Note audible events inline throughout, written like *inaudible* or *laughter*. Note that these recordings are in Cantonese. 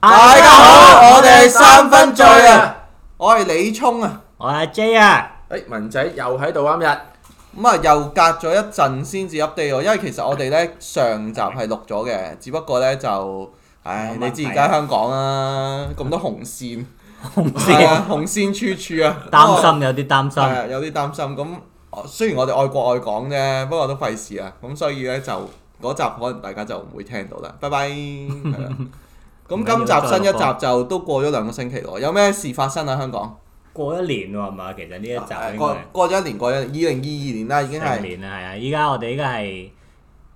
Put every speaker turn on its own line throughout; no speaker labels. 大家好，我哋三分醉啊！！我係李聰啊，
我阿 J 啊，
誒，文仔又喺度啱日，
咁啊又隔咗一陣先至 update 我，因為其實我哋咧上集係錄咗嘅，只不過咧就，唉，
冇
你
問題啊
知而家香港啦，咁多
*laughs*
紅線，
唔知
係啊，紅線處處啊，
擔心有啲擔
係
心，
啊，有啲擔心。咁我雖然我哋愛國愛港啫，不過都費事啊。咁所以咧就嗰集可能大家就唔會聽到啦。
*laughs*
拜拜。係啦咁
唔緊要
今集新一
再
集就都過咗兩個星期咯。有咩事發生啊？香港
過一年喎係嘛？其實呢一集
係
應
過
該
過咗一年，過咗一年，二零二二年啦，已經
係成
係
年啦，係啊！依家我哋依家係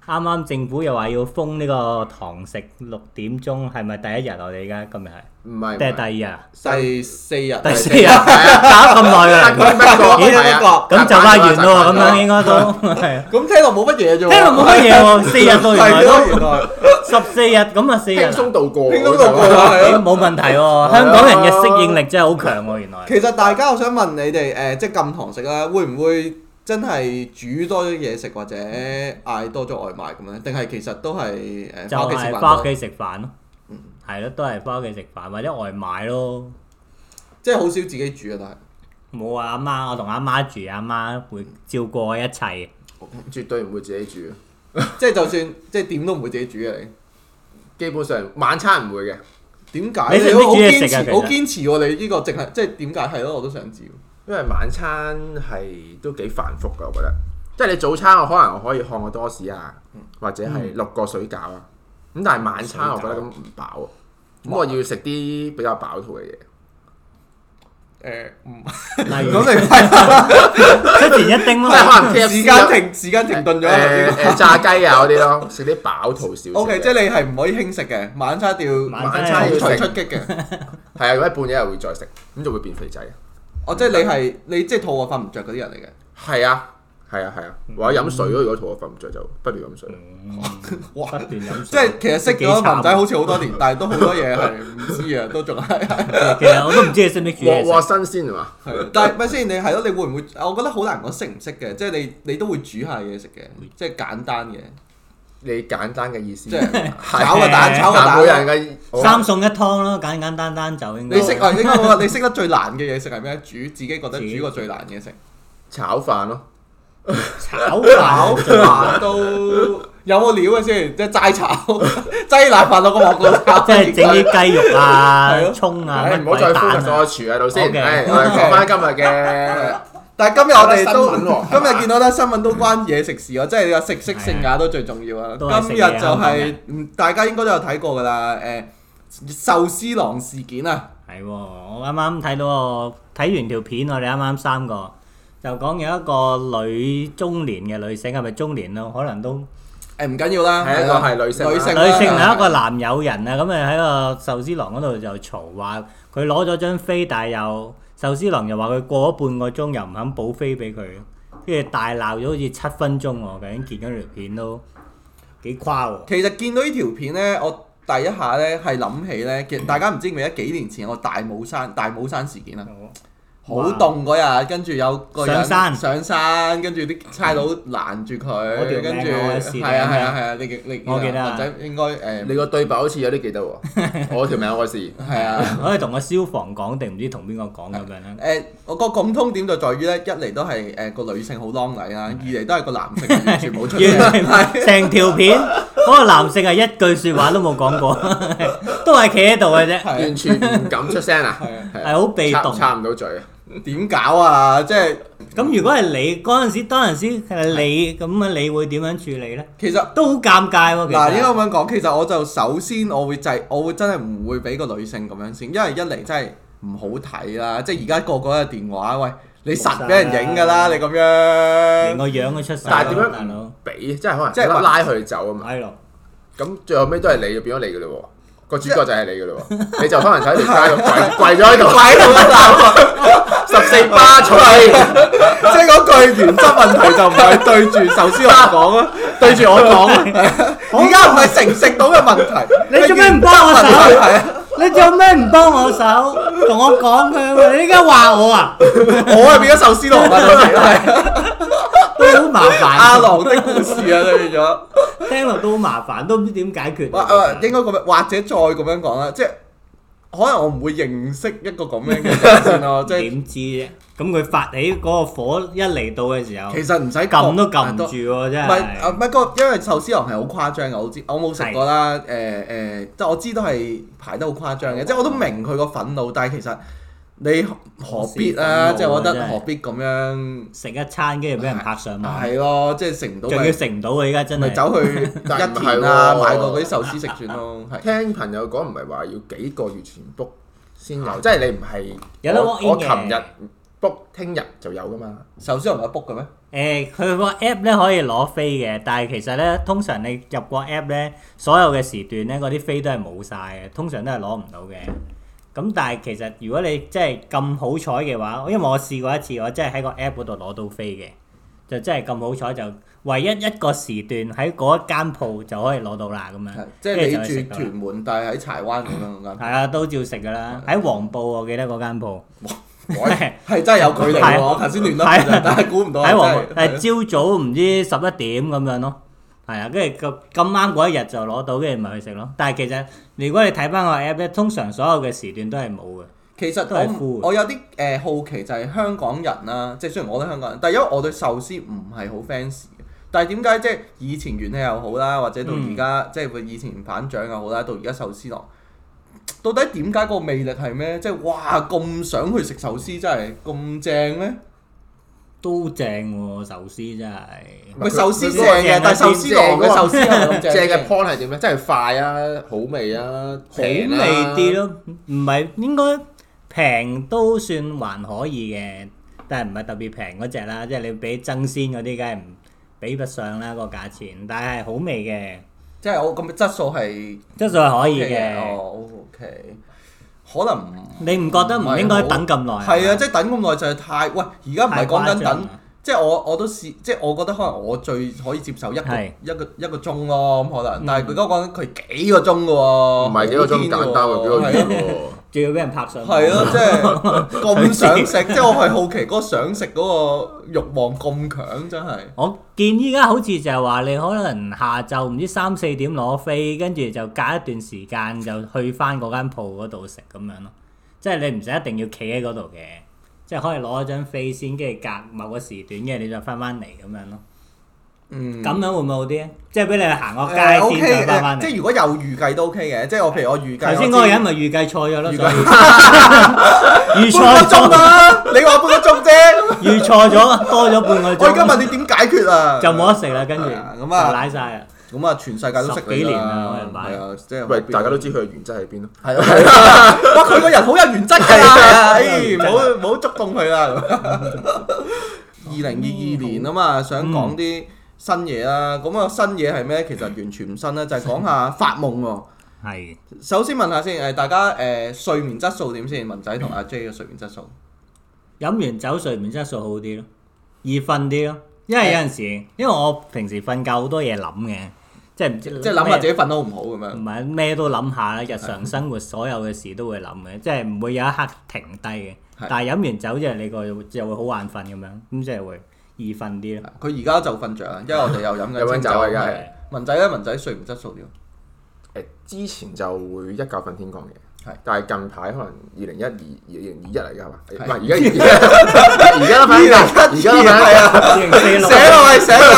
啱啱政府又話要封呢個堂食六點鐘，係咪第一日啊？我哋依家今日係
唔係
定係第二日啊？
第四日。
第四日打咁耐㗎
不
啦，
過
咦
係啊
咁就快完咯喎，咁樣
習慣咗
應該都係啊
咁聽落冇乜嘢啫喎。
聽落冇乜嘢喎，四日到原來
係
都
咯，原來
十四日咁啊，四日
輕
啊
鬆度過，
應該都過啦，係
咦
咯。
冇問題喎，香港人嘅適應力真係好強喎，原來。
其實大家我想問你哋誒、即係禁堂食啦，會唔會真係煮多咗嘢食或者嗌多咗外賣咁咧？定係其實都係誒
就
翻屋企食
係翻
飯
屋
多嗯
企食飯咯，係咯，都係翻屋企食飯或者外賣咯。
即係好少自己煮啊！
冇啊，阿媽，我同阿媽住，阿媽會照顧我一切。
絕對唔會自己煮，
但係即係就算即係點都唔會自己煮嘅你。
基本上晚餐唔會嘅。
點
你
解咧？
食唔
好
識煮嘢
堅
食啊
持，
其實
好堅持喎！你呢個淨係即係點解係咯？我都想知。
因為晚餐係都幾繁複㗎，我覺得。即係你早餐我可能我可以看個多士啊，或者
嗯
係六個水餃啊。咁但係晚餐我覺得咁唔飽喎，咁我要食啲比較飽肚嘅嘢。
誒唔
例如
*laughs* *laughs* 咁你快
出前一丁咯
即，係可能
時間停時間停頓咗啊
誒
啦。
誒炸雞啊嗰啲咯，食啲飽肚少少
O K，
嘅。
即係你係唔可以輕食嘅，晚餐一定要
晚餐
要
要
隨
食
出擊嘅。
係啊，如果半夜又會再食，咁就會變肥仔。
哦，即係你係你即係肚餓瞓唔着嗰啲人嚟嘅。
係啊，係啊，係啊，
嗯
或者飲水咯。如果肚餓瞓唔着就不如飲水。
不斷飲水。
即係其實識咗文仔好似好多年，但係都好多嘢係唔知啊，都仲係
*laughs* 其實我都唔知你識唔識煮
鑊
嘢食。
鑊新鮮係啊嘛？
係。但係咪先？你係咯，你會唔會？我覺得好難講識唔識嘅，即係你你都會煮下嘢食嘅，即係簡單嘅，
你簡單嘅意思
即係
係
炒個蛋、炒個
但每人
蛋。
嘅我
三餸一湯咯，簡簡單單就應該。
你識啊？應該我話你識得最難嘅嘢食係咩？煮自己覺得煮過最難嘅食，
炒飯咯，
炒
炒
飯？
飯 *laughs* 都有冇料嘅先？即係齋炒， *laughs* 擠奶飯落個鑊度炒，
即係整啲雞肉啊
係咯、
葱啊、
唉
乜
唔好
鬼
再
蛋
focus
啊
我。廚喺度先。
OK
唉，我哋講翻今
*laughs*
日嘅
但係今日我哋都
有得新聞喎
今日見到咧新聞都關嘢食事喎，即係你話食色性也都最重要啊！
都係食
今日就
嘢
係、嗯大家應該都有睇過㗎啦，誒、壽司郎事件啊，
係喎，我啱啱睇到我睇完條片，我哋啱啱三個就講有一個女中年嘅女性，係咪中年咯？可能都
誒唔緊要啦，
係一個
啦
係女性啦
女性啦
女性係啊一個男友人啊，咁啊喺個壽司郎嗰度就嘈話佢攞咗張飛，但係又壽司郎又話佢過咗半個鐘又唔肯補飛俾佢，跟住大鬧咗好似七分鐘喎，究竟見嗰條片都幾誇喎。
其實見到呢條片咧，我第一下咧係諗起咧，其實大家唔知記唔記得幾年前有個大帽山大帽山事件啊？好
哇
凍嗰日，跟住有個人
上山
上山，跟住啲差佬攔住
我條命
佢，跟住
我嘅事
係啊係啊係啊，你你
我記得啊
或者應該誒
你個對白好似有啲記
*laughs*
得喎。我條命我嘅事，
係啊。
可以同個消防講定唔知同邊個講咁樣咧？
誒、我個共通點就在於咧，一嚟都係誒個女性好啷禮啦，二嚟都係個男性係完全
*laughs*
冇出
原
聲。
來成條片嗰個男性係一句説話都冇講過， *laughs* 都係企喺度嘅啫，
係
完全唔敢出聲啊，係
係好被動。
插唔到嘴啊。
點搞啊？即係
咁如果係你嗰陣時，當陣時係你咁啊，你會點樣處理咧？
其實
都好尷尬喎、其
嗱，應該
實
咁樣講，其實我就首先我會制，我會真係唔會俾個女性咁樣先，因為一嚟真係唔好睇啦，即係而家個個都有電話，喂，你實俾人影㗎啦，你咁
連
樣。
個樣都出晒
但係點
咯，
樣
大佬
唔俾？即係可能
即
即
係
係
話
拉佢走啊嘛。
係咯，
咁最後尾都係你，就變咗你嘅嘞喎。個主角就係你嘅嘞喎，你就可能
*laughs*
喺條街度跪跪咗喺度，
擺
*laughs*
到一鬧，
十四巴坐喺
*laughs* 即係嗰句原則問題就唔係對住壽司郎講
*laughs*
啊，對住我講啊。而家唔係成唔食到嘅問題，
你做咩唔幫我手
係原則問題啊
你做咩唔幫我手同我講佢喎？你而家話我啊，
我係變咗壽司郎啦，到時
*laughs*
係
都好麻煩。
*laughs* 阿郎的故事啊，都
*laughs*
變咗。呃
聽落都好麻煩，都唔知點解決。
或誒應該咁樣，或者再咁樣講啦，即係可能我唔會認識一個咁樣嘅人先咯，即係
*laughs* 點知啫？咁佢發起嗰個火一嚟到嘅時候，
其實唔使
撳啊都撳唔
都
住喎，真
唔係啊，
係。
唔係個，因為壽司郎係好誇張嘅，我知我冇食過啦。誒誒、即係我知道係排得好誇張嘅，即係我都明佢個憤怒，但係其實你何必啊？
何時憤怒啊
即係我覺
真
得
係
何必咁樣
食一餐跟住俾人拍上網，
係咯，即係食唔到
仲要
咪
食唔到啊！依家真
咪
係
走
*laughs*
去
但
一
係唔係
田啊，
喎
買個嗰啲壽司食算咯，係。
聽朋友講唔係話要幾個月前 book 先
啊
有，即係你唔係
有得
我
walk in
我
嘅
琴日 book 聽日就有噶嘛？
壽司郎有 book 嘅咩？
誒，佢個 app 咧可以攞飛嘅，但係其實咧，通常你入個 app 咧，所有嘅時段咧，嗰啲飛都係冇晒嘅，通常都係攞唔到嘅。咁但係其實如果你真係咁好彩嘅話，因為我試過一次，我真係喺個 app 嗰度攞到飛嘅，就真係咁好彩，就唯一一個時段喺嗰一間鋪就可以攞到啦咁樣
係。即
跟住就
係
去食啊
你
㗎
住
啦
屯門，但係喺柴灣咁
*laughs*
樣嗰間，
係啊，都照食噶啦。喺黃埔我記得嗰間鋪，
喂
係真係有距
係
離
啊
喎！我頭先亂
係啊
諗，其實但係估唔到啊
喺黃埔，
真係
係。朝早唔知十一點咁樣咯。係啊，跟住咁咁啱嗰一日就攞到，跟住咪去食咯。但係其實如果你睇翻個 app 咧，通常所有嘅時段都係冇嘅。
其實
都係
我唔
full 嘅
我有啲誒、呃好奇就係香港人啦，即係雖然我都係香港人，但係因為我對壽司唔係好 fans 嘅。但係點解即係以前元氣又好啦，或者到
嗯
而家、即係以前反掌又好啦，到而家壽司郎，到底點解個魅力係咩？即係哇咁想去食壽司，真係咁正咩？
都正喎，壽司真係。
唔
喂，
係佢
壽司
佢
正
嗰個
嘅，但係壽司郎嘅壽司啊
*laughs*
又咁
正
正
嘅 point 係點咧？即係快啊，好味啊，
好味
平啊
啲。咯，唔係應該平都算還可以嘅，但係唔係特別平嗰只啦，即係你比爭鮮嗰啲，梗係唔比不上啦個價錢，但係好味嘅，
即係我咁嘅質素係
質素係可以
OK
嘅。
哦，OK，可能唔
你唔覺得唔應該等咁耐？
係啊，即係等咁耐就係太喂，而家唔係講緊等。即係我我都試，即係我覺得可能我最可以接受一個
係嗯
一個一個鐘咯，咁可能。但係佢而家講緊佢幾個鐘嘅喎，
唔係幾個鐘咁簡單喎，幾個
係啊
月喎。
仲要俾人拍上網啊
係啊咯，即係
*laughs*
咁想食，即係我係好奇嗰個想食嗰個慾望咁強，真係。
我見依家好似就係話你可能下晝唔知三四點攞飛，跟住就隔一段時間就去翻嗰間鋪嗰度食咁樣咯。即係你唔使一定要企喺嗰度嘅，即係可以攞一張飛先，跟住隔某個時段，跟住你再翻翻嚟咁樣咯。
嗯。
咁樣會唔會好啲啊？即係俾你行個
誒
街
OK
先再翻
嘅，
翻
即係
嚟。
如果有預計都 OK 嘅，即係我譬如我預計。
頭先嗰個人咪啊預計錯
*laughs*
咗咯，
預
所以
計
預
半
錯
個鐘啊
咗，
啦，你話半個鐘啫，
預錯咗，多咗半個
我而家問
鐘，
你點解決啊？
就冇得食啦，跟住
係啊
就
咁啊
賴晒啦。
咁啊，全世界都識
十幾
你
年啦我
啦
哋，買
係啊，即係
喂，大家都知佢嘅原則喺邊咯。
係咯，係咯哇！佢個人好有原則㗎啦，唉啊哎唔好唔好觸動佢啊啦。二零二二年啊嘛，想講啲新嘢啦。咁啊，新嘢係咩？其實完全唔新啦，就係講下發夢喎。
係。
首先問下先，誒大家誒睡眠質素點先？文仔同阿 J 嘅睡眠質素，
飲完酒睡眠質素好啲咯，易瞓啲咯。因為有陣時，因為我平時瞓覺好多嘢諗嘅，即係唔知
即係諗下自
咩
己瞓得好唔好咁樣
唔。係咩都諗下啦。日常生活所有嘅事都會諗嘅，即係唔會有一刻停低嘅。
係
但係飲完酒之後，你個就會好眼瞓咁樣，咁即係會易瞓啲
*laughs*
咯。
佢而家就瞓着啦，因為我哋又飲 *laughs* 緊
飲緊
清酒
酒啊而家
係
係
文仔咧，文仔睡眠質素點？
誒呃之前就會一覺瞓天光嘅
係，
但係近排可能二零一二、二零二一嚟㗎係嘛？唔
係
係而家而家而家都瞓緊覺，而家都瞓緊覺。
二零四六
寫落去寫啦。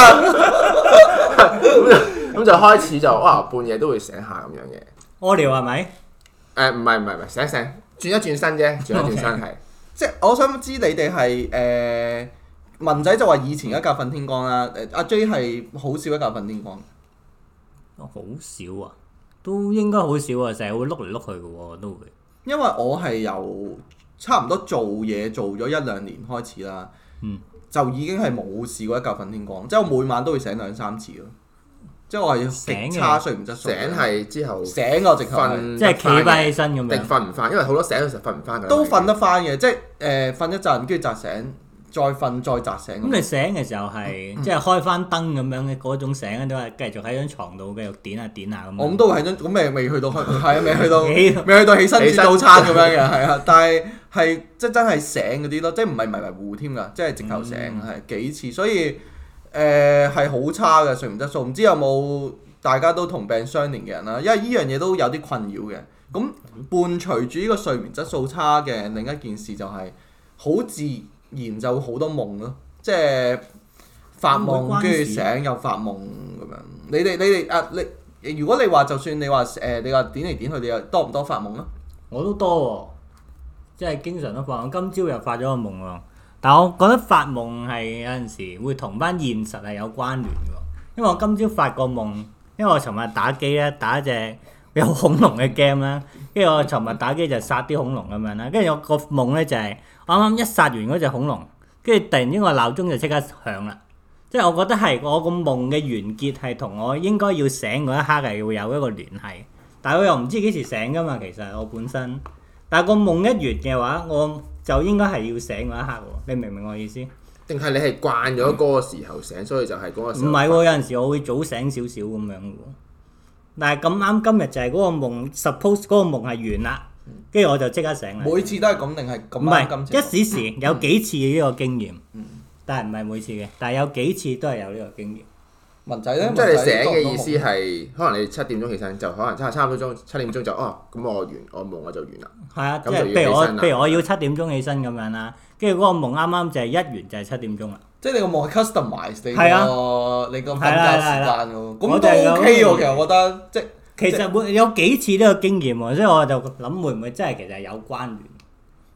咁就開始就哇半夜都會醒下咁樣嘅。
屙尿係咪？
誒唔係唔係唔係醒一醒，轉一轉身啫，轉一轉身係。
即係我想知你哋係誒文仔就話以前一覺瞓天光啦，誒阿 J 係好少一覺瞓天光，
好少啊，都應該好少啊，成日會碌嚟碌去嘅喎，都會。
因為我係由差唔多做嘢做咗一兩年開始啦，
嗯
就已經係冇試過一覺瞓天光，即係我每晚都會醒兩三次咯，即係我係極差睡眠質素
醒
嘅，
係之後
醒我直頭係
瞓，
即係企翻起身咁
定
樣。
瞓唔翻，因為好多醒嘅時候瞓唔翻㗎啦。
都瞓得翻嘅，即係誒瞓一陣跟住扎醒，再瞓再扎醒嗯
咁你醒嘅時候係即係開翻燈咁樣嘅嗰種醒都係繼續喺張床度繼續點下點下咁樣。
我咁都係喺張，咁未未去到開， *laughs* 係啊，未去
*laughs*
到，
起
未去到起身
起
煮
身
早餐咁樣嘅，係啊，但係係即係真係醒嗰啲咯，即係唔係迷迷糊糊添㗎，即係直頭醒
嗯
係幾次，所以誒係好差嘅睡眠質素，唔知有冇大家都同病相憐嘅人啦，因為呢樣嘢都有啲困擾嘅，咁伴隨住呢個睡眠質素差嘅另一件事就係、好自然就會好多夢咯，即係發
會唔會
夢
關事
跟住醒又發夢咁樣。你哋你哋啊你，如果你話就算你話誒、你話點嚟點去，你又多唔多發夢啊？
我都多喎，即係經常都發夢。今朝又發咗個夢喎，但我覺得發夢係有陣時會同翻現實係有關聯嘅喎。因為我今朝發個夢，因為我尋日打機咧，打一隻有恐龍嘅 game 啦，跟住我尋日打機就殺啲恐龍咁樣啦，跟住我個夢咧就係、我啱啱一殺完嗰隻恐龍，跟住突然之間個鬧鐘就即刻響啦。即係我覺得係我個夢嘅完結係同我應該要醒嗰一刻係會有一個聯繫。但係我又唔知幾時醒噶嘛，其實我本身，但係個夢一完嘅話，我就應該係要醒嗰一刻喎。你明唔明我意思？唔
定係你係慣咗嗰個時候醒，所以就係嗰個時候
係喎，有陣時我會早醒少少咁樣嘅喎。但係咁啱今日就係嗰個夢，suppose 嗰個夢係完啦，跟住我就即刻醒啦。
每次都係咁定係咁
啊
唔
啱今次？
係一時時
嗯
有幾次呢個經驗，但係唔係每次嘅，但係有幾次都係有呢個經驗。
文仔咧，
即係
文
你
仔
醒
多唔
嘅
多
意思
夢
係，可能你七點鐘起身就可能差差唔多鐘七點鐘就哦，咁我完我夢我就完啦。
係啊，即
咁
係
就
譬如
要
我
起身啦
譬如我要七點鐘起身咁樣啦，跟住嗰個夢啱啱就係一完就係七點鐘啦。
即係你個夢係 customise 你
係啊
個你個瞓覺時間嘅喎，咁
我
都
就係咁
OK 喎。其實我覺得即係
其實會有幾次呢個經驗喎，所以我就諗會唔會真係其實有關聯，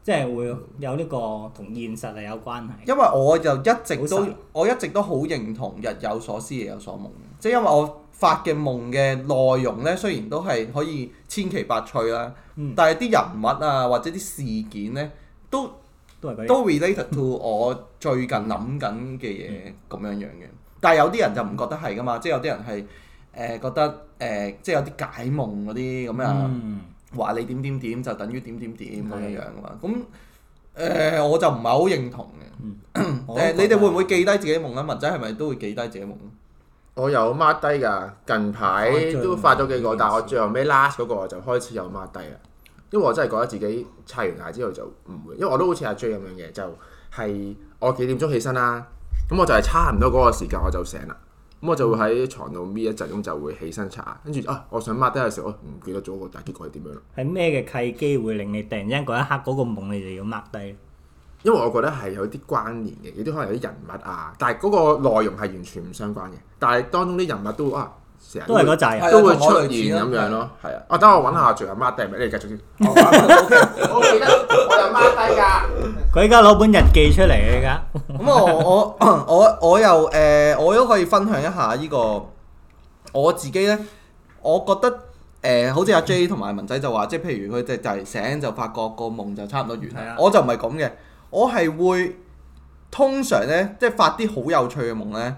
即係會有呢個同現實係有關係。
因為我就一直
好
都
神
我一直都好認同日有所思夜有所夢，即係因為我發嘅夢嘅內容呢，雖然都係可以千奇百趣啦，
嗯
但係啲人物啊或者啲事件呢，都
都係嗰啲。
都 related to 我最近諗緊嘅嘢
嗯
咁樣樣嘅。但係有啲人就唔覺得係噶嘛，即係有啲人係誒、呃、覺得誒、呃即係有啲解夢嗰啲咁啊。
嗯，
話你點點點就等於點點點咁樣樣啊嘛。咁誒、呃我就唔係好認同嘅。誒、你哋會唔會記低自己夢咧？啊文仔係咪都會記低自己
*laughs*
夢咧？
我有 mark 低㗎，近排
我最
都發咗幾個，
唔
但係我最後尾 last 嗰個就開始有 mark 低啦。因為我真係覺得自己刷完牙之後就唔會，因為我都好似阿 J 咁樣嘅，就係、我幾點鐘起身啦，咁我就係差唔多嗰個時間我就醒啦，咁我就會喺床度搣一陣，咁就會起身刷牙，跟住啊，我想 mark 低嘅時候，我唔記得咗個大結果係點樣啦。
係咩嘅契機會令你突然之間嗰一刻嗰個夢你就要 mark 低？
因為我覺得係有啲關聯嘅，亦都可能有啲人物啊，但係嗰個內容係完全唔相關嘅。但係當中啲人物都啊，成日
都係嗰扎人。
係
都會
同我
出
類似
現
啦
咁樣咯，係啊。啊，等我揾下最阿媽低係咪？你繼續先。我記得我有媽低㗎。
佢依家攞本日記出嚟嘅依家。
咁啊我我我我又誒、呃我都可以分享一下呢、個我自己咧，我覺得誒、呃好似阿
*laughs*
J 同埋文仔就話，即係譬如佢哋就係醒就發覺個夢就差唔多完
係
啦
啊。
我就唔係咁嘅，我係會通常咧，即係發啲好有趣嘅夢咧。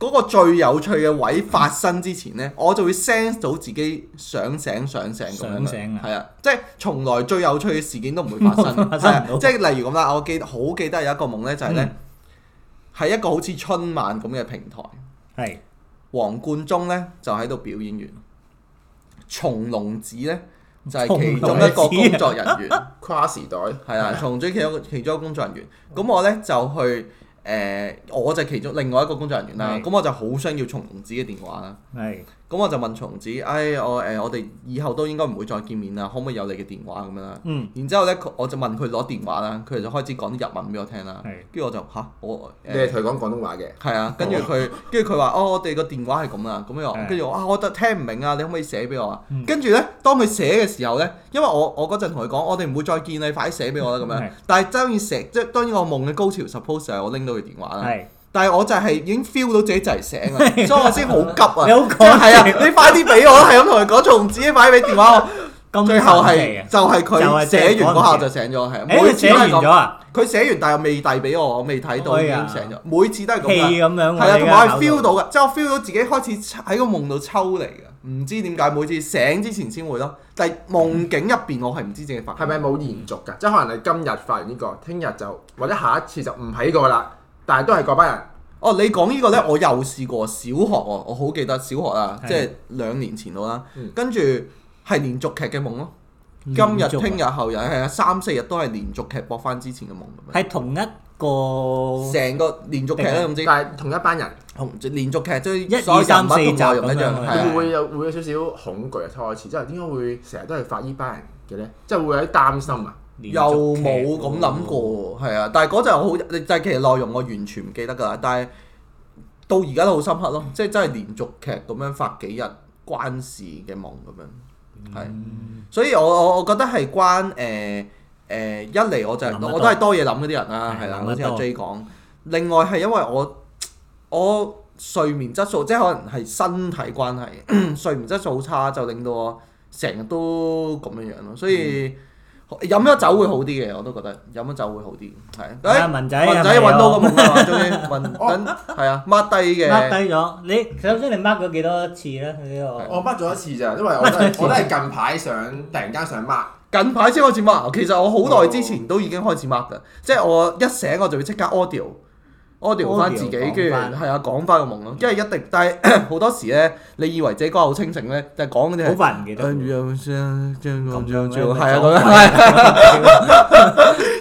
嗰個最有趣嘅位發生之前呢，我就會 sense 到自己想醒想醒咁樣
想醒啊
係啊，即係從來最有趣嘅事件都唔會發
*laughs*
生，
發
係
生唔
啊
到嗯
即係例如咁啦，我記得好記得有一個夢呢，就係呢，係一個好似春晚咁嘅平台，
係
黃貫中呢就喺度表演完，松隆子呢就係其中一個
松隆子啊
工作人員。
跨時代
係啊 *laughs* 啦，從最其中一個其中一個工作人員，咁我咧就去誒、呃我就其中另外一個工作人員啦，
係
咁我就好想要松隆子嘅電話啦，
係
咁我就問松隆子，唉、我誒、呃我哋以後都應該唔會再見面啦，可唔可以有你嘅電話咁樣啦？
嗯
然之後咧，佢我就問佢攞電話啦，佢就開始講啲日文俾我聽啦
係，
跟住我就吓，我
*laughs* 你係
誒
同佢講廣東話嘅，
係啊，跟住佢跟住佢話哦，我哋個電話係咁啦，咁樣我
係
跟住我啊，我覺得聽唔明啊，你可唔可以寫俾我啊
嗯？
跟住咧，當佢寫嘅時候咧，因為我我嗰陣同佢講，我哋唔會再見你，快啲寫俾我啦咁樣
係。
但係當然寫，即係當然我夢嘅高潮，suppose 就係我拎到佢電話啦。
係。
但係我就係已經 feel 到自己就係醒啦，所以我先好急啊！
*laughs* 你好
即係係啊，
趕住
你快啲俾我啦，係咁同佢講，從自己快啲俾電話我。
咁
最後
神奇
係
嘅
就係
就
佢
係
寫完嗰下
趕唔
就
切
醒咗，係
誒
啊每
你
次
寫
都係
完咗
咁。
啊？
佢寫完但係未遞俾我，我未睇到
哎
已
呀
經醒咗，每次都係
戲
咁㗎。
咁樣喎。
係啊，
你而
同埋
家
我係
搞
feel 到嘅，即係我 feel 到自己開始喺個夢度抽離嘅，唔知點解每次醒之前先會咯。但係夢境入邊我係唔知自己發。
係咪冇延續㗎？即係可能你今日發完呢個，聽日就或者下一次就唔係呢個啦，但係都係嗰班人。
哦，你講呢個呢，我又試過小學喎，我好記得小學啊，
係
即係兩年前到啦
嗯。
跟住係連續劇嘅夢咯，今
連續
日、
啊
聽日、後日係啊，三四日都係連續劇播翻之前嘅夢咁樣。
係同一個
成個連續劇咧，總之
但係同一班人
同連續劇即
啊一
係所有
二三
人物同
四集
內容一
咁樣
樣，係
係
啊
會唔會有會有少少恐懼啊？開始即係點解會成日都係發呢班人嘅咧？即係會有啲擔心啊！
連
又
續劇
冇咁諗過，係啊！但係嗰陣我好，但係其實內容我完全唔記得㗎啦。但係到而家都好深刻
嗯
咯，即係真係連續劇咁樣發幾日關事嘅夢
嗯
咁樣，係。所以我我我覺得係關誒誒、一嚟我就係、
諗得多
我都係多嘢諗嗰啲人啦，
係
係啦
諗，得
好似
多
阿 J 講。另外係因為我我睡眠質素，即係可能係身體關係，睡眠質素好差就令到我成日都咁樣樣咯，所以。
嗯
飲咗酒會好啲嘅，我都覺得飲咗酒會好啲，係。
啊
誒
文仔
文
係
仔
咪
揾
有
到個夢啦，終於
*laughs*
揾緊係啊，mark 低
，mark
嘅，
低咗。你首先你 mark 咗幾多次咧？你呢個
哦
我 mark 咗一次咋，因為 *laughs* 我都係我都係近排想突然間想 mark，
近排先開始
哦
mark。其實我好耐之前都已經開始 mark 㗎，即係我一醒我就會即刻 audio audio 翻自己，跟
audio
住
講返
係啊講翻個夢咯，因為一定，但係 *clears throat* 好多時咧，你以為自己嗰下好清醒咧，但係講嗰啲
好
係。
快唔記得。
跟哦住有聲，跟住
咁
咁樣做，
樣
係啊，
咩
咁樣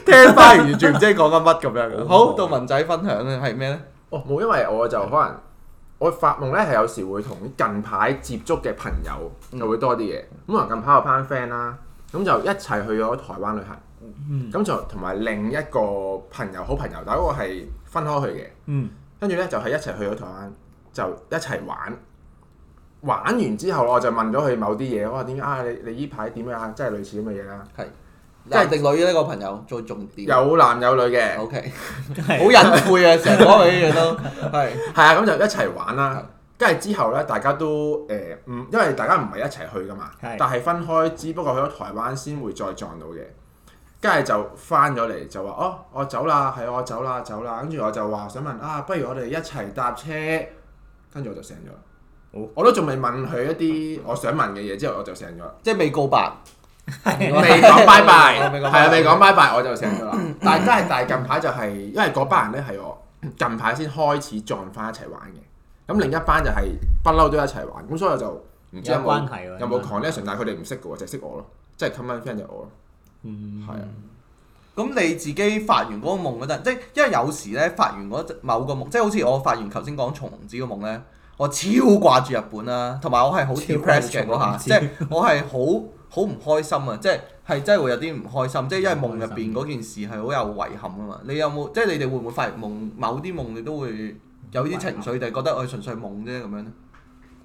聽翻完全唔知講緊乜咁樣。好，到文仔分享咧係咩咧？
哦冇，因為我就可能我發夢咧係有時會同啲近排接觸嘅朋友就會多啲嘢，咁可能近排有班 friend 啦，咁就一齊去咗台灣旅行，咁就同埋另一個朋友好朋友，但係嗰個係分開去嘅。
嗯，
跟住咧就係一齊去咗台灣，就一齊玩。玩完之後，我就問咗佢某啲嘢，我話點解啊？你你依排點樣啊？即係類似咁嘅嘢啦。
係
即係
男定女呢個朋友最重點。
有男有女嘅，
O K，
真
好
係
隱晦啊，成日講佢呢樣都係
係啊，咁就一齊玩啦。跟住之後咧，大家都誒唔、因為大家唔係一齊去噶嘛，
係
但係分開，只不過去咗台灣先會再撞到嘅。跟住就翻咗嚟就話哦，我走啦，係我走啦，走啦。跟住我就話想問啊，不如我哋一齊搭車。跟住我就醒咗
好
啦。我都仲未問佢一啲我想問嘅嘢，之後我就醒咗啦。
即係未告白，啊
嗯
*laughs*
未講拜拜，
未
係
講
啊，未講
拜
拜拜我就醒咗啦。但係真係，但係近排就係、因為嗰班人咧係我近排先開始撞翻一齊玩嘅，咁另一班就係不嬲都一齊玩，咁所以我就唔知
有
有
關
冇
係啊喎。
有冇 connection，但係佢哋唔識嘅喎，就係識我咯，即係 common friend 就係我咯，
嗯
係啊。
咁你自己發完嗰個夢嗰陣，即係因為有時咧發完嗰陣某個夢，即係好似我發完頭先講松隆子個夢咧，我超掛住日本啦，同埋我係好
超掛住
depressed 嘅
松
嗰下，
隆子
即係我係好好唔開心啊！即係係真係會有啲唔開心，即係因為夢入
唔開心
邊嗰件事係好有遺憾啊嘛。你有冇即係你哋會唔會發完夢某啲夢你都會有啲情緒，定係覺得我純粹夢啫咁樣咧？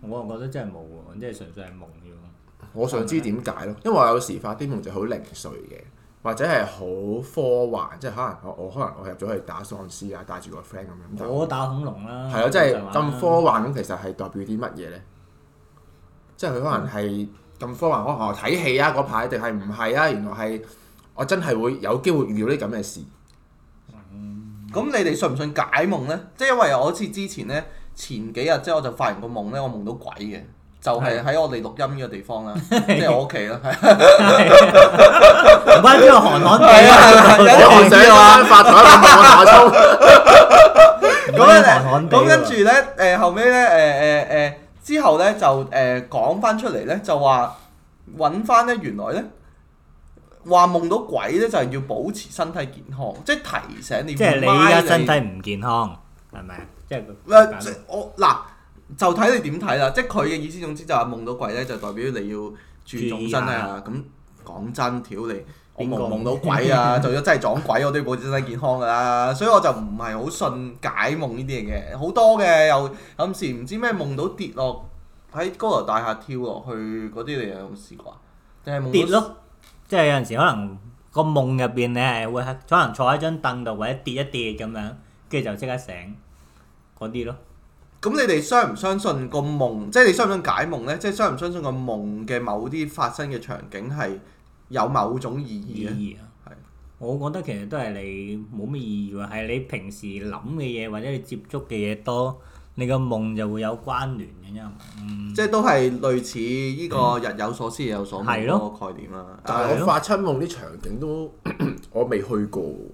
我覺得真係冇喎，即係純粹係夢啫喎。
我想知點解咯，因為我有時發啲夢就好零碎嘅，或者係好科幻，即係可能我我可能我入咗去打喪屍啊，帶住個 friend 咁樣。但係
我打恐龍啦，
嗯係咯，啊即係
上玩啦
咁科幻咁，其實係代表啲乜嘢咧？即係佢可能係咁科幻，可能我睇戲啊嗰排，定係唔係啊？原來係我真係會有機會遇到啲咁嘅事。
咁你哋信唔信解夢呢？即係因為我好似之前呢，前幾日即係我就發完個夢呢，我夢到鬼嘅，就係、喺我哋錄音嘅
*laughs*
地方啦，即係我屋企啦，係
*laughs* 唔關邊個韓寒地
*laughs*
係啊係啊有
啊，
啲我想
發啊台咁我打粗，
咁
樣
咧
韓寒地
咁跟
喎
住咧，誒、後尾咧，誒誒誒，之後咧就誒、講翻出嚟咧，就話揾翻咧，原來咧話夢到鬼咧，就係要保持身體健康，即係提醒你。
即係你依家身體唔健康，係咪啊？即係
誒呃即我嗱就睇你點睇啦，即係佢嘅意思，總之就係夢到鬼咧，就代表你要注重身體啊。咁講真，屌你！我
邊
夢
個
夢到鬼啊！ *laughs* 就咗真係撞鬼，我都要保持身體健康㗎啦。所以我就唔係好信解夢呢啲嘢嘅，好多嘅又有時唔知咩夢到跌落喺高樓大廈跳落去嗰啲，你有冇試過啊？定係夢到
跌？咯，即係有陣時可能個夢入邊你係會喺可能坐喺張凳度或者跌一跌咁樣，跟住就即刻醒嗰啲咯。
咁你哋相唔相信個夢？即係你相唔相信解夢呢？即係相唔相信個夢嘅某啲發生嘅場景係有某種意
意
義嘅？
義啊
係，
我覺得其實都係你冇乜意義喎，係你平時諗嘅嘢或者你接觸嘅嘢多，你個夢就會有關聯嘅啫。嗯，
即係都係類似呢個日有所思夜有所夢
係
嗰
咯
個概念啊啦。
但係我發出夢啲場景都 *clears throat* 我未去過喎，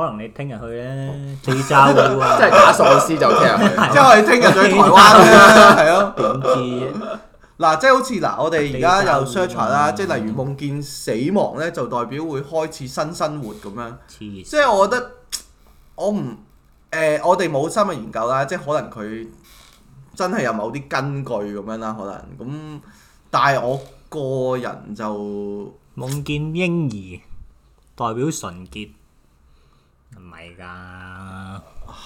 可能你聽日去咧，四罩嘅喎。
哦 *laughs* 即係打喪屍就聽人
*laughs*
去。
啊即係我哋聽日就去台灣
*laughs*
啦，係咯。
點知？啊
嗱，即係好似嗱，我哋而家有
地產
search 啦，
嗯
即係例如夢見死亡咧，就代表會開始新生活咁樣。
黐線！
即係我覺得我唔誒、我哋冇深入研究啦，即係可能佢真係有某啲根據咁樣啦，可能咁，但係我個人就
夢見嬰兒代表純潔，唔係㗎。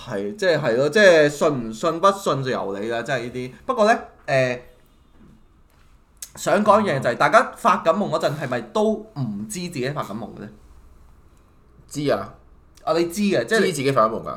係即係係咯，即係信唔信不信就由你啦，即係呢啲。不過呢，誒、想講一樣嘢就係、大家發緊夢嗰陣係咪都唔知自己發緊夢嘅咧？
知啊，
啊，你知嘅，即
知
係
自
你
己發緊夢㗎。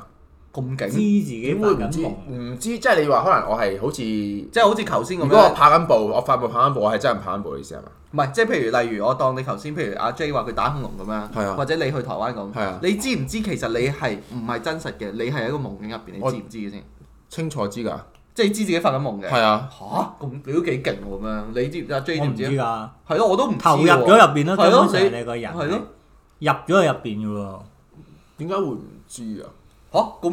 咁
知自
勁，
己
點
發
會唔
緊
知？
夢，
唔知即係你話可能我係好似，
即係好似頭先咁
如果我
樣。
跑緊步，我發夢跑緊步，我係真係跑緊步嘅意思係嘛？
唔係，即係譬如例如我當你頭先，譬如阿 J 話佢打恐龍咁樣，
係啊
或者你去台灣咁，
係啊
你知唔知其實你係唔係真實嘅？你係喺個夢境入邊，你
我
知唔知嘅先？
清楚知㗎，
即係知自己發緊夢嘅。
係啊，
嚇，咁你都幾勁喎咁樣，你知唔知阿 J
我
知
唔
唔
知
知啊？
㗎。
係咯，我都唔
嗯
知
投入
喎
咗入邊咯，
係
根
咯
本，上你個人
係咯
入咗去入邊嘅喎，
點解會唔知啊？
嚇咁。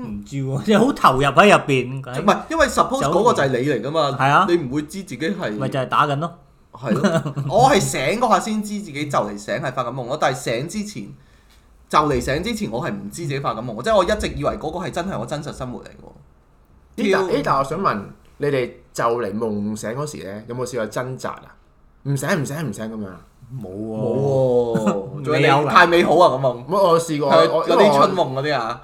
唔知喎，即係好投入喺入邊，
唔係，因為 suppose
嗯走
嗰個就係你嚟噶嘛，
係啊
你唔會知自己係
咪就係打緊咯。
係
*laughs*
咯，我係醒嗰下先知自己就嚟醒係發緊夢咯，但係醒之前就嚟醒之前，我係唔知自己發緊夢，即係我一直以為嗰個係真係我真實生活嚟嘅喎。
咦但咦但我想問你哋就嚟夢醒嗰時咧，有冇試過掙扎啊？唔醒唔醒唔醒咁啊樣。
冇啊喎，
冇喎，仲
你
有
有
你
啊
太美好啊個夢，
冇我試過，
係
我
有啲春夢嗰啲啊，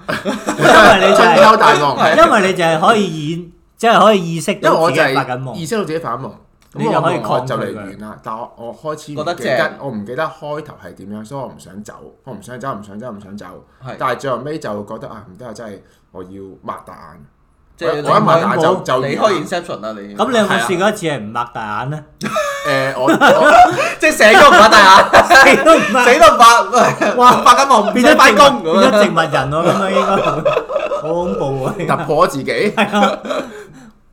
因為你就
*laughs* 春
係
秋大夢，
因為你就係可以演，即係可以意識
因為
到
我
自
就
己發緊
係意
夢。
識到自己發緊夢，
你
咁
就
我
可以
我
抗拒
就嚟
佢
完啦。但我我開始唔
覺得
記得
正，
我唔記得開頭係點樣，所以我唔想走，我唔想走，唔想走，唔想走。
係
但係最後尾就覺得啊，唔得啊，真係我要擘大眼。
即係
我
你
一擘大眼就就
你開 inception 啦你。
咁你有冇
係啊
試過一次係唔擘大眼咧？
誒， *laughs* 我我
即係醒都唔發大眼，
死 *laughs* 都唔
死
擘，
都唔發，
哇
哇 *laughs* 發緊
變
夢，變咗
咗
翻
植
工
物，變
咁
咗
樣。
植物人喎，咁樣應該好好恐怖喎。應該
突破自己。
係啊，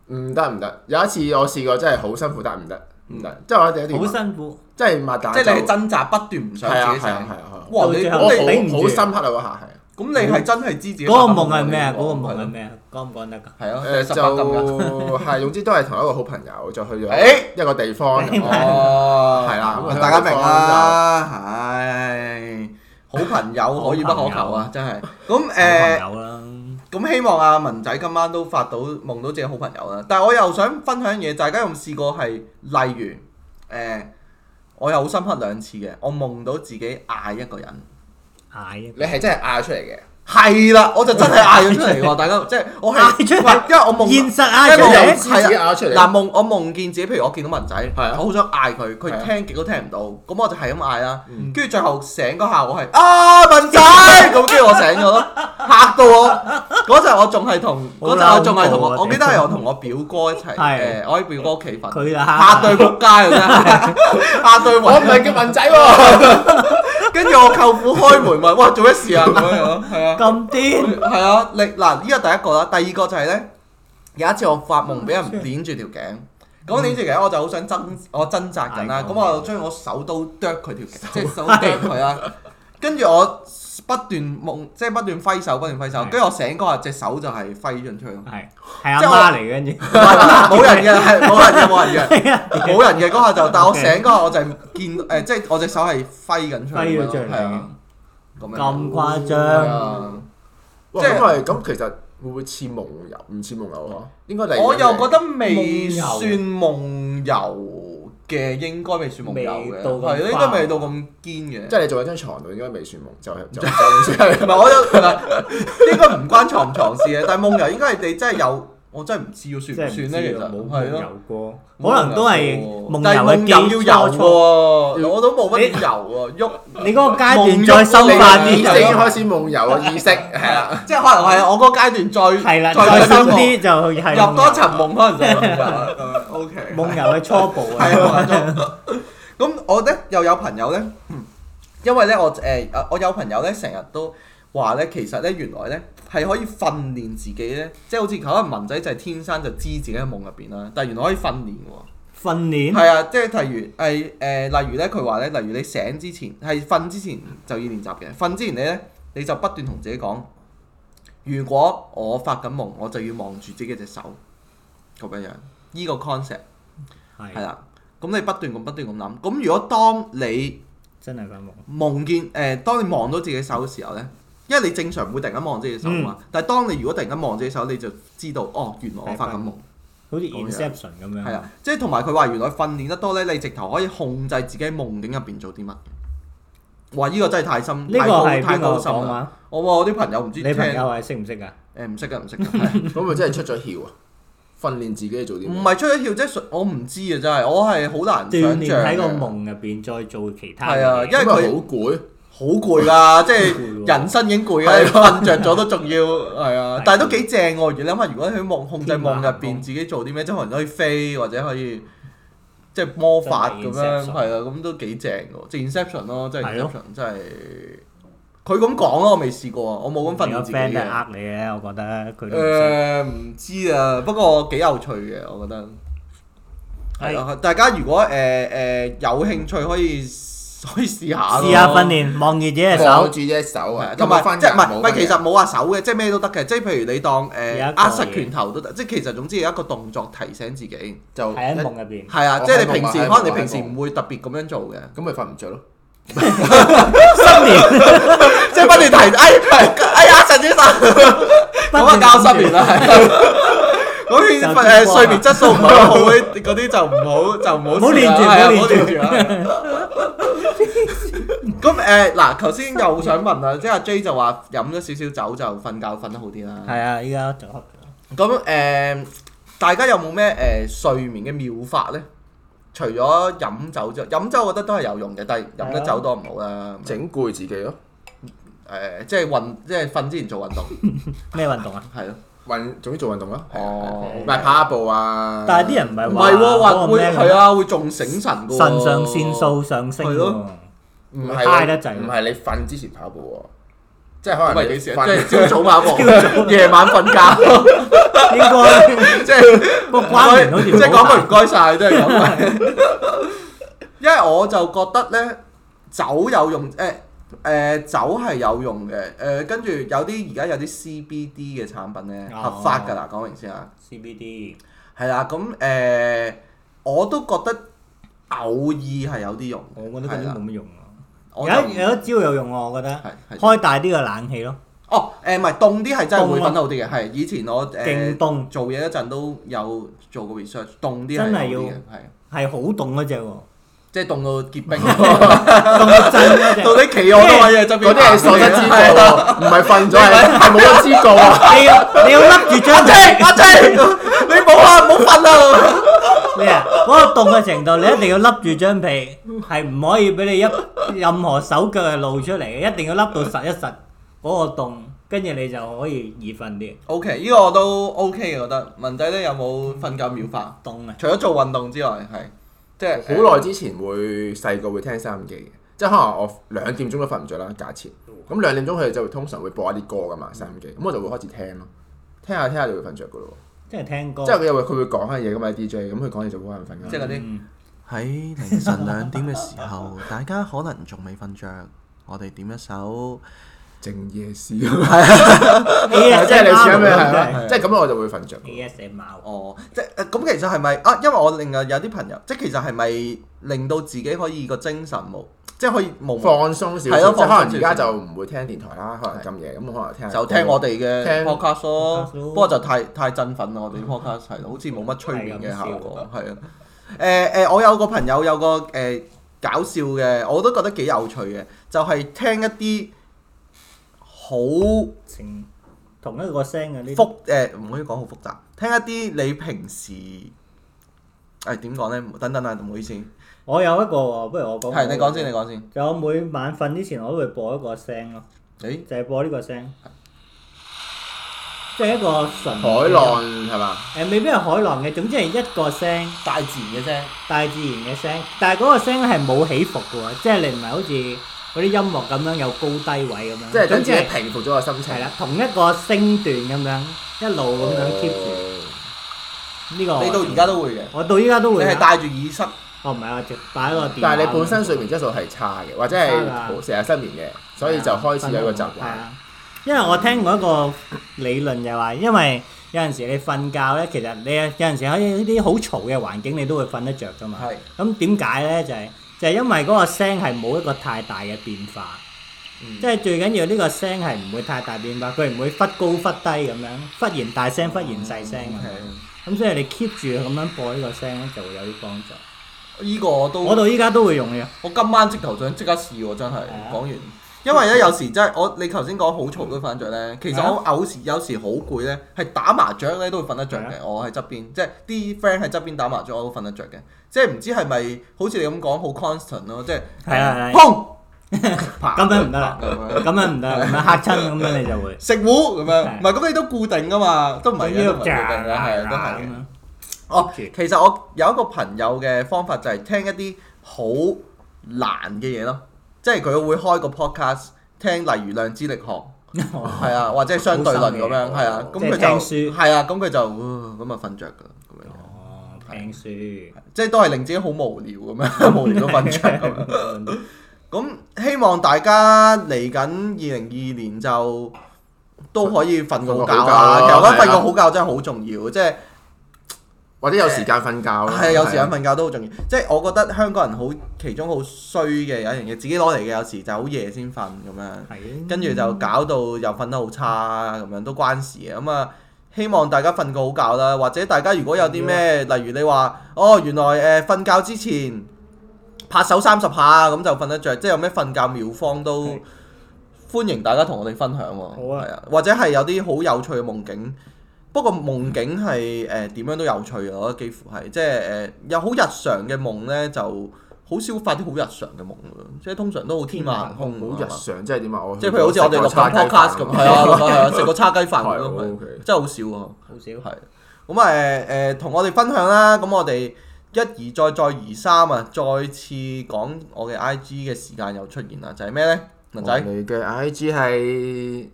唔得唔得，有一次我試過真係好辛苦，但係唔得唔得，即係我一定要啊
好辛苦，
即係擘大
即
眼
係你係
就
掙扎不斷唔想
係啊
自己
係
醒。
啊係啊係啊，
哇！你
到
我
最後
咁
頂唔
好
住
好深刻啊嗰下係。
你咁你
嗯
係真係知自己
嗰個
發緊
夢係咩啊？
嚟
嗰個
喎
夢係咩啊？講唔講得㗎？
係啊，
誒
十八禁㗎。
就係總之都係同一個好朋友，就去咗
誒
一個地方。
明白
*laughs* 哦，
係啦 *laughs*
咁啊大家明啦，唉，好
*laughs*
朋友可遇不可求啊，真係。咁誒，
好朋友啦，
咁希望阿文仔今晚都發到夢到自己好朋友啦。但係我又想分享嘢，大家有冇試過係例如誒，我有好深刻兩次嘅，我夢到自己嗌一個人。
嗌一個
你係真係嗌出嚟嘅，
係啦，我就真係嗌咗出嚟喎！大家即係我係，
*laughs* 嗌出嚟
唔係因為我夢
現實
因
嗌
為
出嚟
我
有
係。
知自己嗌出
嗱
嚟。
夢我夢見自己，譬如我見到文仔，
係啊
我好想嗌佢，
係
佢
啊
聽極都聽唔到，咁我就係咁嗌啦
嗯。
跟住最後醒嗰下，我係啊文仔，咁跟住我醒咗咯，嚇到我。嗰陣我仲係同
好
嗰陣我仲係同
嬲火啊
我，我記得係我同我表哥一齊
係
誒，我喺表哥屋企瞓，
佢啦， *laughs*
嚇對仆街咁樣，嚇對
我唔
暈。
係叫文仔喎，
跟住我舅父開門問：哇，做咩事啊？咁樣樣係啊。
咁癲，
係啊，你嗱呢個第一個啦，第二個就係咧，有一次我發夢俾人
*laughs*
攆住條頸，咁攆住
嗯
條頸我就好想掙，我掙扎緊啦，
嗌
咁
救
我就將我手刀剁佢條頸，即係手剁佢啦，跟住我不斷夢，即係不斷揮手，不斷揮手，
係
跟住我醒嗰下隻手就係揮咗出去咯，
係係阿
即係我
媽嚟嘅，
*laughs*
跟住
冇人嘅，係冇
*laughs*
人嘅，冇人嘅。
係啊，
冇人嘅嗰下就，但我醒嗰下我就係見誒，即係我隻手係揮緊出去
揮咗
咯，
出嚟
係啊，咁樣
咁誇張
係啊
即
即係
係喂咁其實會唔會似夢遊？唔似夢遊呵，應該嚟緊嘅。
我又覺得未
夢遊
算夢遊嘅，應該未算夢遊嘅，
未到咁
係應該未到咁堅
即
嘅。
係你做喺張床度應該未算夢，就係就就唔
*laughs*
*laughs*
算
唔係我有，唔係應該唔關床唔床事嘅，但係夢遊應該係你真係有，我真係唔知喎， *laughs* 算唔算咧？其實
啊冇
係
夢
咯，
遊過，可能都係夢
但係
遊嘅
夢
基
遊要
礎
遊
錯。
喎，我都冇乜點遊喎，喐。
你嗰個階段再深化
夢遊
意
你
識
啲
係
就
開始夢遊嘅意識係啦。
*laughs* 即係可能係我嗰個階段再
係啦，再深啲就係
入多層夢，可能
*laughs*
就夢遊啦。嗯 OK，
夢遊嘅初步啊
係，啊，咁我咧又有朋友咧，因為咧我誒、呃、我有朋友咧成日都話咧，其實咧原來咧係可以訓練自己咧，即係好似可能文仔就係天生就知自己喺夢入邊啦，但係原來可以訓練喎。
訓練
係啊，即係例如係誒、呃例如咧佢話咧，例如你醒之前係瞓之前就要練習嘅，瞓之前你咧你就不斷同自己講，如果我發緊夢，我就要望住自己隻手咁樣樣，呢、個 concept。係
係
啦，咁你不斷咁不斷咁諗，咁如果當你
真係發夢，
夢見誒、呃，當你望到自己手嘅時候呢，一因為你正常唔會突然間望自己手啊嘛。
嗯
但係當你如果突然間望自己手，你就知道哦，原來我發緊夢。
好似 Inception 咁樣。
係啊，即係同埋佢話原來訓練得多咧，你直頭可以控制自己喺夢境入邊做啲乜。哇！呢、個真係太深，
呢個
太高
係
太
邊個
高深
講
啦。
話？
我話我啲朋友唔知
你
聽
朋友
誒
係識唔識啊？
唔識㗎，唔識㗎。係啊
咁咪真係出咗竅啊！訓練自己做啲咩
唔係出咗竅，即係我唔知啊！真係，我係好難
鍛
想
鍊
像
喺個
嘅
夢入邊，再做其他
係啊
嘢。
因為
咁咪
佢
好攰，
好攰㗎，即係
攰喎啊
人生已經攰啦，
係
你瞓着咗都仲
*laughs*
要係啊
係！
但係都幾正喎！如果你諗下，如果喺夢控制夢入
天馬行
邊
空
自己做啲咩，即係可能可以飛或者可以即係魔法咁
真係
樣，
Inception
係啊，咁都幾正喎！即係 Inception 咯，即係
係咯
Inception 真係佢咁講咯，我未試過啊，我冇咁訓
有
練自己
friend 都係
嘅。
呃你嘅，我覺得佢都唔識。
誒唔知啊，不過幾有趣嘅，我覺得。係
係
啊，大家如果誒誒有興趣可以可以試下咯。
試下訓練，望住自己隻
攞
手
住隻手啊，
同埋
有冇分
即係唔
㗎
係
冇
唔係
分
其
㗎
實冇話手嘅，即係咩都得嘅，即係譬如你當
有一
誒
個
握實
嘢
ờ, 拳頭都得，即係其實總之有一個動作提醒自己。
就
喺夢入邊。
係啊，
我
即係
喺
你平時
夢
可能你
喺夢
平時
喺夢
唔會特別咁樣做嘅，
*laughs*
咁咪瞓唔着咯。
新
啊
年
即係不斷提，哎哎呀，陳先生，咁啊 *laughs* 交失眠啦，係咁
就
變
天光啦
誒睡眠質素唔係好好嗰啲嗰啲就唔好就唔好
唔好
試啦
練住
係啊
唔
唔
好
好
練
練
住
住啦。咁誒嗱，頭先又想問啦，即係阿 J 就話飲咗少少酒就瞓覺瞓得好啲啦。
係啊，依家就
咁誒、大家有冇咩誒睡眠嘅妙法咧？除咗飲酒之外，飲酒我覺得都係有用嘅，但係飲得酒多唔好啦。
*laughs*
誒、
整攰自己咯，
即係運，即係瞓之前做運動，
咩運動啊？
係咯。
運總之做運動咯，
哦
唔係跑下步啊。
但係啲人唔係
唔
話
係喎，話
嗰個
會
咩
係啊，會仲醒神嘅喎。
腎上腺素上升
係
喎
咯。
唔
唔係嗨得滯
唔係你瞓之前跑步喎，即係可
唔
能
係
你
幾時啊？
瞓
即係
*laughs*
朝
*laughs*
早跑步，夜晚瞓覺，
應該
即係。
個關聯好似
即係講句唔
講
該晒，都係咁。因為我就覺得咧，酒有用，誒、誒、酒係有用嘅，誒、跟住有啲而家有啲 CBD 嘅產品咧，
哦
合法㗎啦，講明先啊，
CBD
係啦，咁誒、我都覺得偶爾係有啲用，
我覺得嗰
係
啲
啦
冇乜用啊。
我
有
就
一有一招有用喎，我覺得
係係
開大啲個冷氣咯，
哦，誒唔係凍啲係真係會
凍啊
瞓得好啲嘅，係以前我誒、
勁凍
做嘢嗰陣都有做過 research，凍啲係
真係
好啲
要
嘅，係
係好凍嗰只
*laughs*
喎，
即係凍到結 *laughs* 冰。
凍到震嗰只。
到底企我都可以喺側邊
嗰啲係所得之過喎，唔係瞓咗係係冇得知過
*laughs*
喎。
你要你要笠住
*laughs*
張被
阿 J，你冇啊，唔好瞓啊！
咩啊？嗰個凍嘅程度，你一定要笠住張被，係唔可以俾你一任何手腳係露出嚟嘅，一定要笠到實一實嗰個凍，跟住你就可以易瞓啲。
*laughs* OK，呢個我都 OK 嘅，覺得文仔咧有冇瞓覺妙法？
凍啊！
除咗做運動之外，係即係
好耐之前會細個會聽收音機嘅，即係可能我兩點鐘都瞓唔着啦，假設。咁兩點鐘佢哋就會通常會播一啲歌噶嘛，收音機。咁我就會開始聽咯，聽下聽下就會瞓着噶咯
即係聽歌
喎。即。係佢又會佢會講下嘢噶嘛 DJ，咁佢講嘢就會可能瞓㗎啦。
即係嗰啲。
嗯
喺凌晨兩點嘅時候， *laughs* 大家可能仲未瞓着，我哋點一首
靜
*laughs*
夜 *laughs* 思，即
，ASMR
係類似咁樣
真
係啦，即係咁我就會瞓着。
ASMR
哦，即係咁其實係咪啊？因為我另外有啲朋友，即係其實係咪令到自己可以個精神冇，即係可以冇
放鬆少
係咯
少，即係可
放鬆
能
少
而家
少
就唔會聽電台啦，可能咁夜咁可能聽下
就
歌
聽我哋嘅
聽
podcast 咯，
podcast 咯
不過就太太振奮啦，我哋 podcast 係咯好似冇乜催眠嘅效果，係啊。誒誒、我有個朋友有個誒、搞笑嘅，我都覺得幾有趣嘅，就係、聽一啲好
成同一個聲嘅呢啲。
複誒，唔、可以講好複雜，聽一啲你平時誒點講咧？等等啊，唔好意思，
我有一個喎，不如我講。
係你講先，你。講先。
就我每晚瞓之前，我都會播一個聲咯，
誒
就係播呢個聲，即係一個純
海浪
嗯
係嘛？
誒，未必係海浪嘅，總之係一個聲，
大自然嘅聲，
大自然嘅聲，但係嗰個聲係冇起伏嘅喎，即係你唔係好似嗰啲音樂咁樣有高低位咁樣，
即係等
總
自
之
己
係
平復咗個心情。
係啦，同一個聲段咁樣一路咁樣 keep 住
哦
呢個我。
你到而家都會嘅，啊
我到依家都
你
會㗎
係戴住耳塞。
哦，唔係啊，直擺喺個電話。
但係你本身睡眠質素係差嘅，或者
差㗎
係成日失眠嘅，所以
啊
就開始有一個習
係
慣。
啊，因為我聽過一個理論就話，因為有陣時你瞓覺咧，其實你有陣時喺呢啲好嘈嘅環境，你都會瞓得着噶嘛。
係
咁點解咧？就係、就係因為嗰個聲係冇一個太大嘅變化，即係最緊要呢個聲係唔會太大變化，佢唔會忽高忽低咁樣，忽然大聲忽然細聲
啊
咁樣。咁所以你 keep 住咁樣播呢個聲咧，就會有啲幫助。
呢個我都
我到依家都會用嘅，
我今晚即頭想即刻試喎，真係
啊
講完。因為咧有時真係我你頭先講好嘈都瞓得着咧，其實
啊
我偶時有時好攰咧，係打麻雀咧都會瞓得着嘅。
啊
我喺側邊，即係啲 friend 喺側邊打麻雀我都瞓得着嘅。即係唔知係咪好似你咁講好 constant 咯，即係
係啊係啊 *laughs*
砰，啪
咁樣唔得啊啦
咁樣
咁樣唔得，咁樣嚇親咁樣你就會。
食糊咁樣，
係
唔係咁你都固定噶嘛，都唔 *laughs* 係嘅，都唔係固定嘅，係啊都係嘅。
咁
*laughs*
樣
哦，其實我有一個朋友嘅方法就係聽一啲好難嘅嘢咯，即係佢會開個 podcast 聽，例如量子力學，係啊，或者係相對論咁樣，係啊，咁
即係
佢
聽
就
書
係啊，咁佢就呃咁啊瞓着㗎啦，咁樣，
哦，聽書。
即係都係令自己好無聊咁 *laughs* 樣，無聊到瞓着咁樣。 *laughs* 咁希望大家嚟緊二零二二年就都可以瞓個好覺啦，
瞓
其
個
實
好
我覺
覺啦
得瞓個好覺真係好啊重要，即係。
或者有時間瞓覺啊啦。
係有時間瞓覺都好重要，即係我覺得香港人好其中好衰嘅有一樣嘢，自己攞嚟嘅有時就好夜先瞓咁樣，
係
跟住就搞到又瞓得好差咁樣，都關事嘅咁啊。希望大家瞓個好覺啦，或者大家如果有啲咩，啊例如你話哦，原來誒瞓、覺之前拍手三十下咁就瞓得着，即係有咩瞓覺妙方都
係
歡迎大家同我哋分享喎。
好啊
係啊，或者係有啲好有趣嘅夢境。不過夢境係誒點樣都有趣嘅，我覺得幾乎係即係誒、呃有好日常嘅夢咧，就好少發啲好日常嘅夢喎，即係通常都好天馬行空
好
㗎
日
嘛
常，即係點啊？我
即係譬如好似我哋錄
叉
緊 podcast 咁，係啊，係啊，食個叉雞飯咁
係
咯，係
OK
真係好少啊。
好少。
係咁誒誒，同我哋分享啦。咁我哋一而再，再而三啊，再次講我嘅 I G 嘅時間又出現啦，就係咩咧？文仔
你嘅 I G 係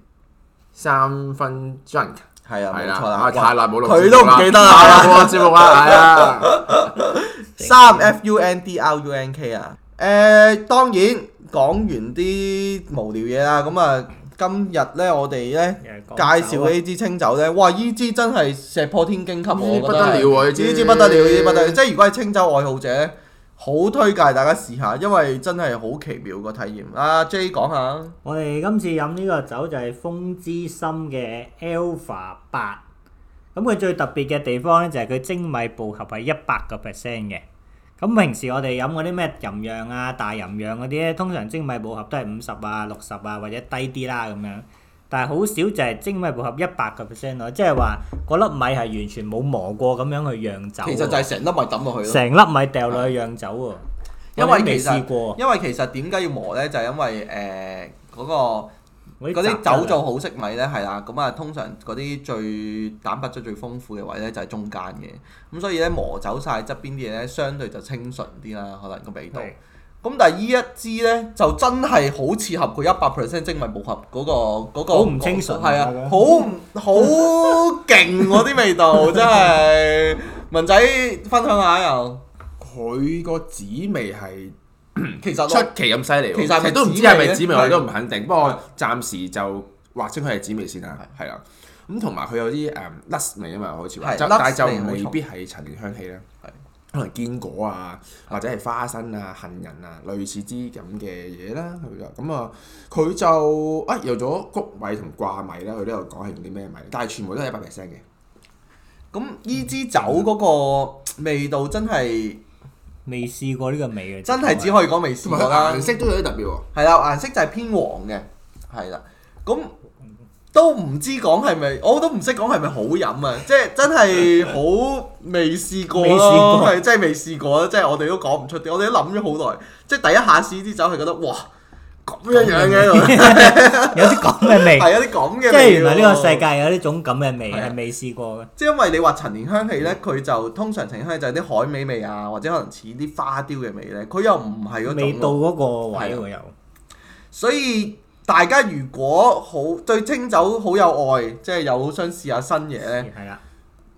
三分 junk，
係啊，冇
係啦，
錯啦，
啊太耐冇錄節目啦，
佢都唔記得啦
太耐冇錄節目
*laughs*
啦，係啊，
三 F U N D R U N K 啊。誒、當然講完啲無聊嘢啦。咁啊，今日咧我哋咧
又係
介
講酒
紹
啊
呢支清酒咧，哇！依支真係石破天驚級，我覺得
不得了喎呢支
呢支不得了，呢支不得了。即係如果係清酒愛好者咧，好推介大家試下，因為真係好奇妙個體驗。阿 J 講下，
我哋今次飲呢個酒就係風之森嘅 Alpha 八，咁佢最特別嘅地方咧就係佢精米步合係一百個 percent 嘅。咁平時我哋飲嗰啲咩吟釀啊、大吟釀嗰啲咧，通常精米步合都係五十啊、六十啊或者低啲啦咁樣，但係好少就係精米步合一百個 percent 咯，即係話嗰粒米係完全冇磨過咁樣去釀酒喎，
其實就係成粒米抌落去咯。
成粒米掉落去釀酒喎，
因
我
為
哋未
其
試
實
過
因為其實點解要磨咧，就係、因為誒嗰、個。嗰
雜
啲酒
質啊
做好色米咧，係啦，咁啊通常嗰啲最蛋白質最豐富嘅位咧就係中間嘅，咁所以咧磨走晒側邊啲嘢咧，相對就清純啲啦，可能個味道。
係
咁但係依一支咧就真係好似合佢一百 percent 精米步合嗰、個嗰、個
好唔清純
係
係咪
啊，好唔好勁嗰啲味道真係。文仔分享下啊又，
佢個紫味係
其實
出
我
奇咁犀利喎，
其實係咪
都唔知係咪
紫
紫
味
味，
咧
我哋都唔肯定。不過暫時就劃清佢係紫味先啦，係啦。咁同埋佢有啲誒 nuts 味啊嘛，好似話，
係
就
nuts
但係就
味好
未
重
必係陳年香氣啦
係，
可能堅果啊，或者係花生啊、杏仁啊，類似啲咁嘅嘢啦，佢就咁啊，佢就啊有咗谷米同掛米啦，佢都有講係用啲咩米，但係全部都係一百 percent 嘅。
咁依支酒嗰個味道真係
未試過呢個味嘅，
真係只可以講未試
同埋
過啦
佢。顏色都有啲特別喎，
係啦，顏色就係偏黃嘅，係啦。咁都唔知講係咪，我都唔識講係咪好飲啊！即係真係好未試過
未試
咯，
過
係真係未試過啦。即係我哋都講唔出啲，我哋都諗咗好耐。即係第一下試支酒係覺得哇咁樣樣
*laughs*
嘅，
啊有啲咁嘅味，
係有啲咁嘅味喎。
即係原來呢個世界有呢種咁嘅味
係啊
係未試過嘅。
即係因為你話陳年香氣咧，佢就通常陳年香氣就係啲海味味啊，或者可能似啲花雕嘅味咧，佢又唔係嗰種
味
咯
道嗰個位喎又，
所以大家如果好對清酒好有愛，即係有想試下新嘢咧，
係啦，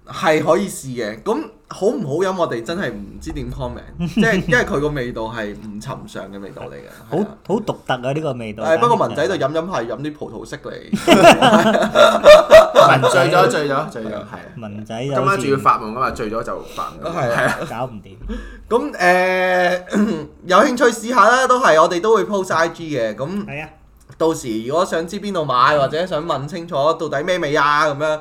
係可以試嘅。咁好唔好飲，我哋真係唔知點 comment，即係因為佢個味道係唔尋常嘅味道嚟嘅。
好
係啊
好獨特啊呢個味道。
誒不過文仔就
簡
飲飲係飲啲葡萄色嚟，
直
醉
文
咗
仔
醉咗醉咗，係啊。
文仔
今晚仲
有時
要發夢啊嘛，醉咗就發夢。
係啊。
搞唔掂，
咁誒、 *coughs* 有興趣試下啦，都係我哋都會 post IG 嘅。咁
係啊，
到時如果想知邊度買，
嗯
或者想問清楚到底咩味啊咁樣，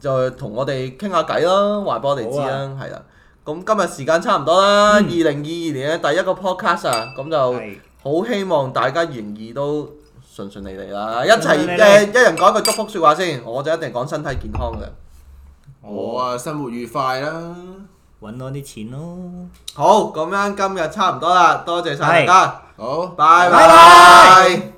就同我哋傾下偈啦，話俾我哋知啦，
啊
係啦、咁今日時間差唔多啦，二零二二年嘅第一個 podcast 啊，咁就
嗯係
好希望大家仍然都順順利利啦，一齊
順順利
誒、
利
一人講一句祝福説話先，我就一定講身體健康嘅。
我啊，生活愉快啦，
揾多啲錢咯。
好，咁樣今日差唔多啦，多謝晒大家，
好，
拜
拜
拜。